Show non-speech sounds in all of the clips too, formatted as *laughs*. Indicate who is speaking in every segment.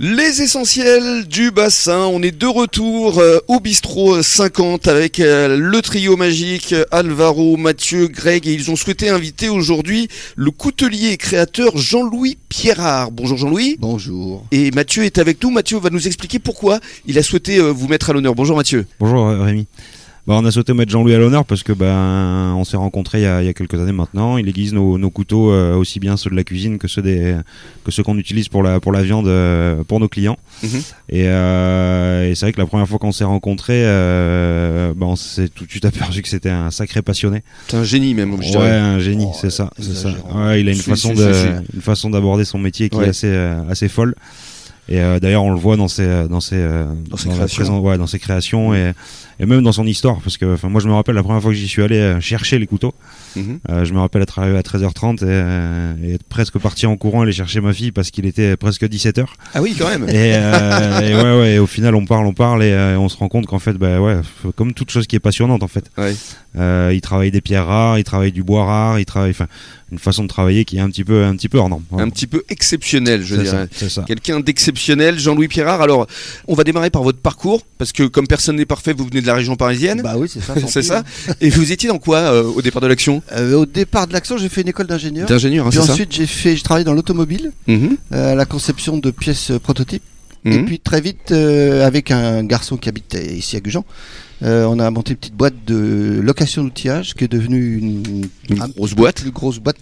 Speaker 1: Les essentiels du bassin, on est de retour euh, au bistrot 50 avec euh, le trio magique euh, Alvaro, Mathieu, Greg et ils ont souhaité inviter aujourd'hui le coutelier et créateur Jean-Louis Pierrard. Bonjour Jean-Louis.
Speaker 2: Bonjour.
Speaker 1: Et Mathieu est avec nous. Mathieu va nous expliquer pourquoi il a souhaité euh, vous mettre à l'honneur. Bonjour Mathieu.
Speaker 3: Bonjour euh, Rémi. Bah, on a souhaité mettre Jean-Louis à l'honneur parce que ben on s'est rencontrés il y, a, il y a quelques années maintenant. Il aiguise nos, nos couteaux euh, aussi bien ceux de la cuisine que ceux des que ceux qu'on utilise pour la pour la viande euh, pour nos clients.
Speaker 1: Mhm.
Speaker 3: Et, euh, et c'est vrai que la première fois qu'on s'est rencontrés, euh, ben, on s'est tout de suite *laughs* aperçu que c'était un sacré passionné.
Speaker 1: C'est un génie même.
Speaker 3: Ouais, un génie,
Speaker 2: Oh,
Speaker 3: c'est ça, c'est ça.
Speaker 2: exagérant.
Speaker 3: Ouais, il a une
Speaker 1: Si,
Speaker 3: façon
Speaker 1: si,
Speaker 3: de,
Speaker 1: si,
Speaker 3: une façon d'aborder son métier qui
Speaker 1: Ouais.
Speaker 3: est assez, euh, assez folle. Et euh, d'ailleurs, on le voit dans ses, euh, dans ses, euh,
Speaker 1: Dans ses
Speaker 3: la
Speaker 1: créations.
Speaker 3: présent- ouais, dans ses créations et, et même dans son histoire, parce que, enfin, moi, je me rappelle la première fois que j'y suis allé euh, chercher les couteaux.
Speaker 1: Mhm.
Speaker 3: Euh, je me rappelle être arrivé à 13h30 et, euh, et être presque parti en courant aller chercher ma fille parce qu'il était presque 17h.
Speaker 1: Ah oui quand même.
Speaker 3: Et, euh, et ouais, ouais, et au final, on parle, on parle, et euh, on se rend compte qu'en fait, bah, ouais, f- comme toute chose qui est passionnante, en fait,
Speaker 1: Ouais.
Speaker 3: Euh, il travaille des pierres rares, il travaille du bois rare, il travaille, enfin, une façon de travailler qui est un petit peu, un petit peu hors norme. Voilà.
Speaker 1: Un petit peu exceptionnel je
Speaker 3: C'est
Speaker 1: dirais.
Speaker 3: ça, c'est ça.
Speaker 1: Quelqu'un d'exceptionnel, Jean-Louis Pierrard. Alors, on va démarrer par votre parcours, parce que comme personne n'est parfait, vous venez de la région parisienne.
Speaker 2: Bah oui,
Speaker 1: *laughs*
Speaker 2: c'est ça.
Speaker 1: C'est ça Et vous étiez dans quoi euh, au départ de l'action
Speaker 2: Euh, au départ de l'action, j'ai fait une école d'ingénieur.
Speaker 1: D'ingénieur, hein,
Speaker 2: Puis
Speaker 1: c'est ça
Speaker 2: ensuite, j'ai fait, je travaillais dans l'automobile,
Speaker 1: Mhm,
Speaker 2: euh, à la conception de pièces euh, prototypes. Et
Speaker 1: mhm.
Speaker 2: puis très vite, euh, avec un garçon qui habite euh, ici à Gujan, euh, on a monté une petite boîte de location d'outillage qui est devenue une,
Speaker 1: Une
Speaker 2: un
Speaker 1: grosse
Speaker 2: peu
Speaker 1: boîte.
Speaker 2: plus grosse boîte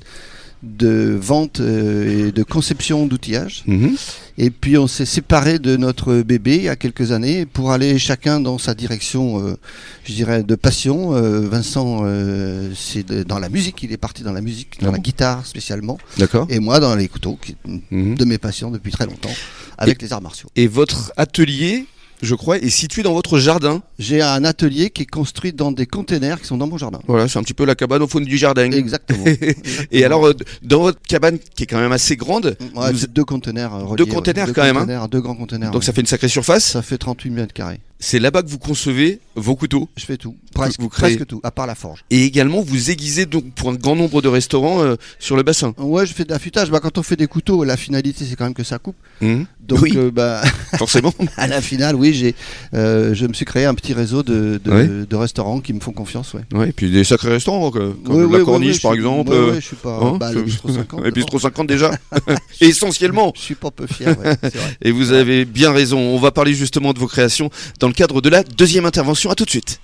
Speaker 2: de vente euh, et de conception d'outillage.
Speaker 1: Mhm.
Speaker 2: Et puis on s'est séparé de notre bébé il y a quelques années pour aller chacun dans sa direction, euh, je dirais, de passion. Euh, Vincent, euh, c'est de- dans la musique, il est parti dans la musique, dans
Speaker 1: Ah
Speaker 2: la
Speaker 1: bon
Speaker 2: guitare spécialement,
Speaker 1: D'accord.
Speaker 2: et moi dans les couteaux, qui est une
Speaker 1: Mhm.
Speaker 2: de mes passions depuis très longtemps, avec les arts martiaux.
Speaker 1: Et votre atelier, je crois, est situé dans votre jardin.
Speaker 2: J'ai un atelier qui est construit dans des containers qui sont dans mon jardin.
Speaker 1: Voilà, c'est un petit peu la cabane au fond du jardin.
Speaker 2: Exactement.
Speaker 1: *laughs* Et alors, euh, dans votre cabane, qui est quand même assez grande,
Speaker 2: Ouais,
Speaker 1: vous-
Speaker 2: c'est deux containers. euh, reliés, ouais.
Speaker 1: containers
Speaker 2: deux
Speaker 1: quand même, hein.
Speaker 2: containers, Deux grands containers.
Speaker 1: donc ça
Speaker 2: ouais.
Speaker 1: fait une sacrée surface,
Speaker 2: ça fait 38 mètres carrés.
Speaker 1: c'est là-bas que vous concevez vos couteaux.
Speaker 2: Je fais tout. Presque,
Speaker 1: Vous créez-
Speaker 2: presque tout, à part la forge.
Speaker 1: Et également, vous aiguisez donc pour un grand nombre de restaurants euh, sur le bassin.
Speaker 2: Ouais, je fais de l'affûtage. Bah, quand on fait des couteaux, la finalité, c'est quand même que ça coupe.
Speaker 1: Mhm.
Speaker 2: Donc,
Speaker 1: Oui.
Speaker 2: euh, bah,
Speaker 1: *laughs*
Speaker 2: *laughs*
Speaker 1: Forcément.
Speaker 2: à la finale, oui, j'ai, euh, je me suis créé un petit réseau de, de,
Speaker 1: Ouais.
Speaker 2: de restaurants qui me font confiance. Ouais.
Speaker 1: *laughs* Ouais, et puis des sacrés restaurants, quoi, comme
Speaker 2: Ouais,
Speaker 1: la
Speaker 2: ouais,
Speaker 1: Corniche
Speaker 2: ouais,
Speaker 1: par
Speaker 2: ouais, je suis-
Speaker 1: exemple.
Speaker 2: ouais,
Speaker 1: euh,
Speaker 2: ouais, je suis pas.
Speaker 1: hein,
Speaker 2: bah, le
Speaker 1: *laughs*
Speaker 2: bistrot 50.
Speaker 1: et puis
Speaker 2: d'abord.
Speaker 1: trop 50 déjà. *laughs* Essentiellement.
Speaker 2: Je suis pas peu fier. ouais, c'est vrai.
Speaker 1: Et vous avez bien raison. On va parler justement de vos créations dans le cadre de la deuxième intervention. À tout de suite.